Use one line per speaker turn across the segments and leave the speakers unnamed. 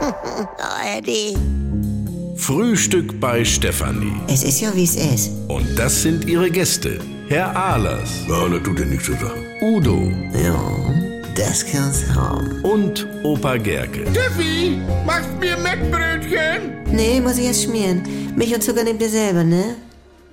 Oh, Eddie.
Frühstück bei Stefanie.
Es ist ja, wie es ist.
Und das sind ihre Gäste. Herr Ahlers. Ja, das tut dir nichts zu sagen. Udo
Ja, das kann's haben.
und Opa Gerke.
Steffi, machst mir Mettbrötchen?
Nee, muss ich jetzt schmieren. Milch und Zucker nehmt ihr selber, ne?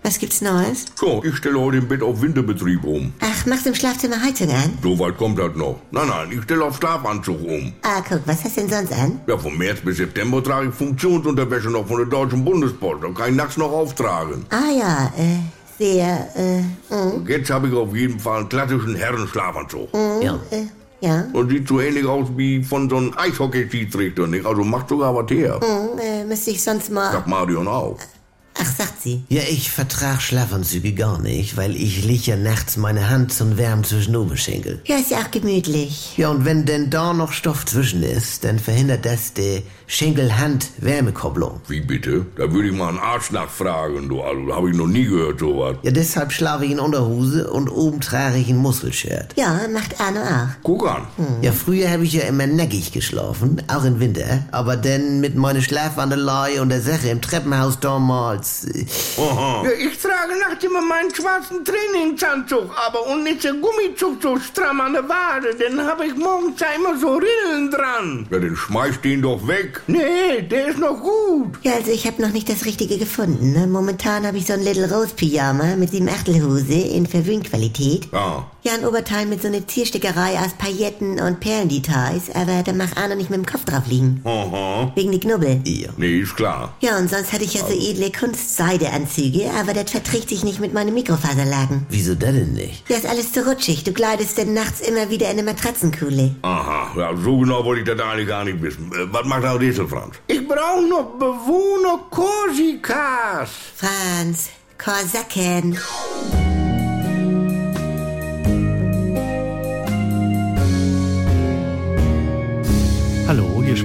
Was gibt's Neues?
So, ich stelle heute im Bett auf Winterbetrieb um.
Ach, machst im Schlafzimmer Heizung an?
So weit kommt das noch. Nein, nein, ich stelle auf Schlafanzug um.
Ah, guck, was hast du denn sonst an?
Ja, von März bis September trage ich Funktionsunterwäsche noch von der Deutschen Bundespost. Da kann ich nachts noch auftragen.
Ah ja, äh, sehr, äh, mm,
Und jetzt habe ich auf jeden Fall einen klassischen Herrenschlafanzug.
Ja.
äh, ja.
Und sieht so ähnlich aus wie von so einem Eishockey-Schiedsrichter, nicht? Also macht sogar was her.
Mm, äh, müsste ich sonst mal...
Sagt Marion auch.
Ach, sagt sie.
Ja, ich vertrag Schlafanzüge gar nicht, weil ich lieg ja nachts meine Hand zum Wärmen zwischen Oberschenkel.
Ja, ist ja auch gemütlich.
Ja, und wenn denn da noch Stoff zwischen ist, dann verhindert das die Schenkel-Hand-Wärmekopplung.
Wie bitte? Da würde ich mal einen Arzt nachfragen, du. Also, da habe ich noch nie gehört sowas.
Ja, deshalb schlafe ich in Unterhose und oben trage ich ein Musselshirt.
Ja, macht Arno auch.
Guck an.
Ja, früher habe ich ja immer nackig geschlafen, auch im Winter. Aber dann mit meiner Schlafwandelei und der Sache im Treppenhaus damals. äh,
Ja, ich trage nachts immer meinen schwarzen Trainingsanzug, aber und nicht den Gummizug so stramm an der Wade, dann habe ich morgens da immer so Rillen dran. Ja, dann schmeißt den doch weg. Nee, der ist noch gut.
Ja, also ich habe noch nicht das Richtige gefunden. Ne? Momentan habe ich so ein Little Rose Pyjama mit sieben Achtelhose in Verwöhnqualität.
Ja,
Ja, ein Oberteil mit so einer Zierstickerei aus Pailletten und Perlendetails, aber da mag Arno nicht mit dem Kopf drauf liegen.
aha.
Wegen die Knubbel.
Ja.
Nee, ist klar.
Ja, und sonst hatte ich ja so edle Kunstseideanzüge, aber das verträgt sich nicht mit meinen Mikrofaserlaken.
Wieso das denn nicht?
Ja, ist alles zu rutschig. Du kleidest denn nachts immer wieder in eine Matratzenkuhle.
Aha, ja, so genau wollte ich das eigentlich gar nicht wissen. Äh, was macht der Rätsel, Franz? Ich brauche noch Bewohner Korsikas.
Franz, Korsaken.
Hallo, hier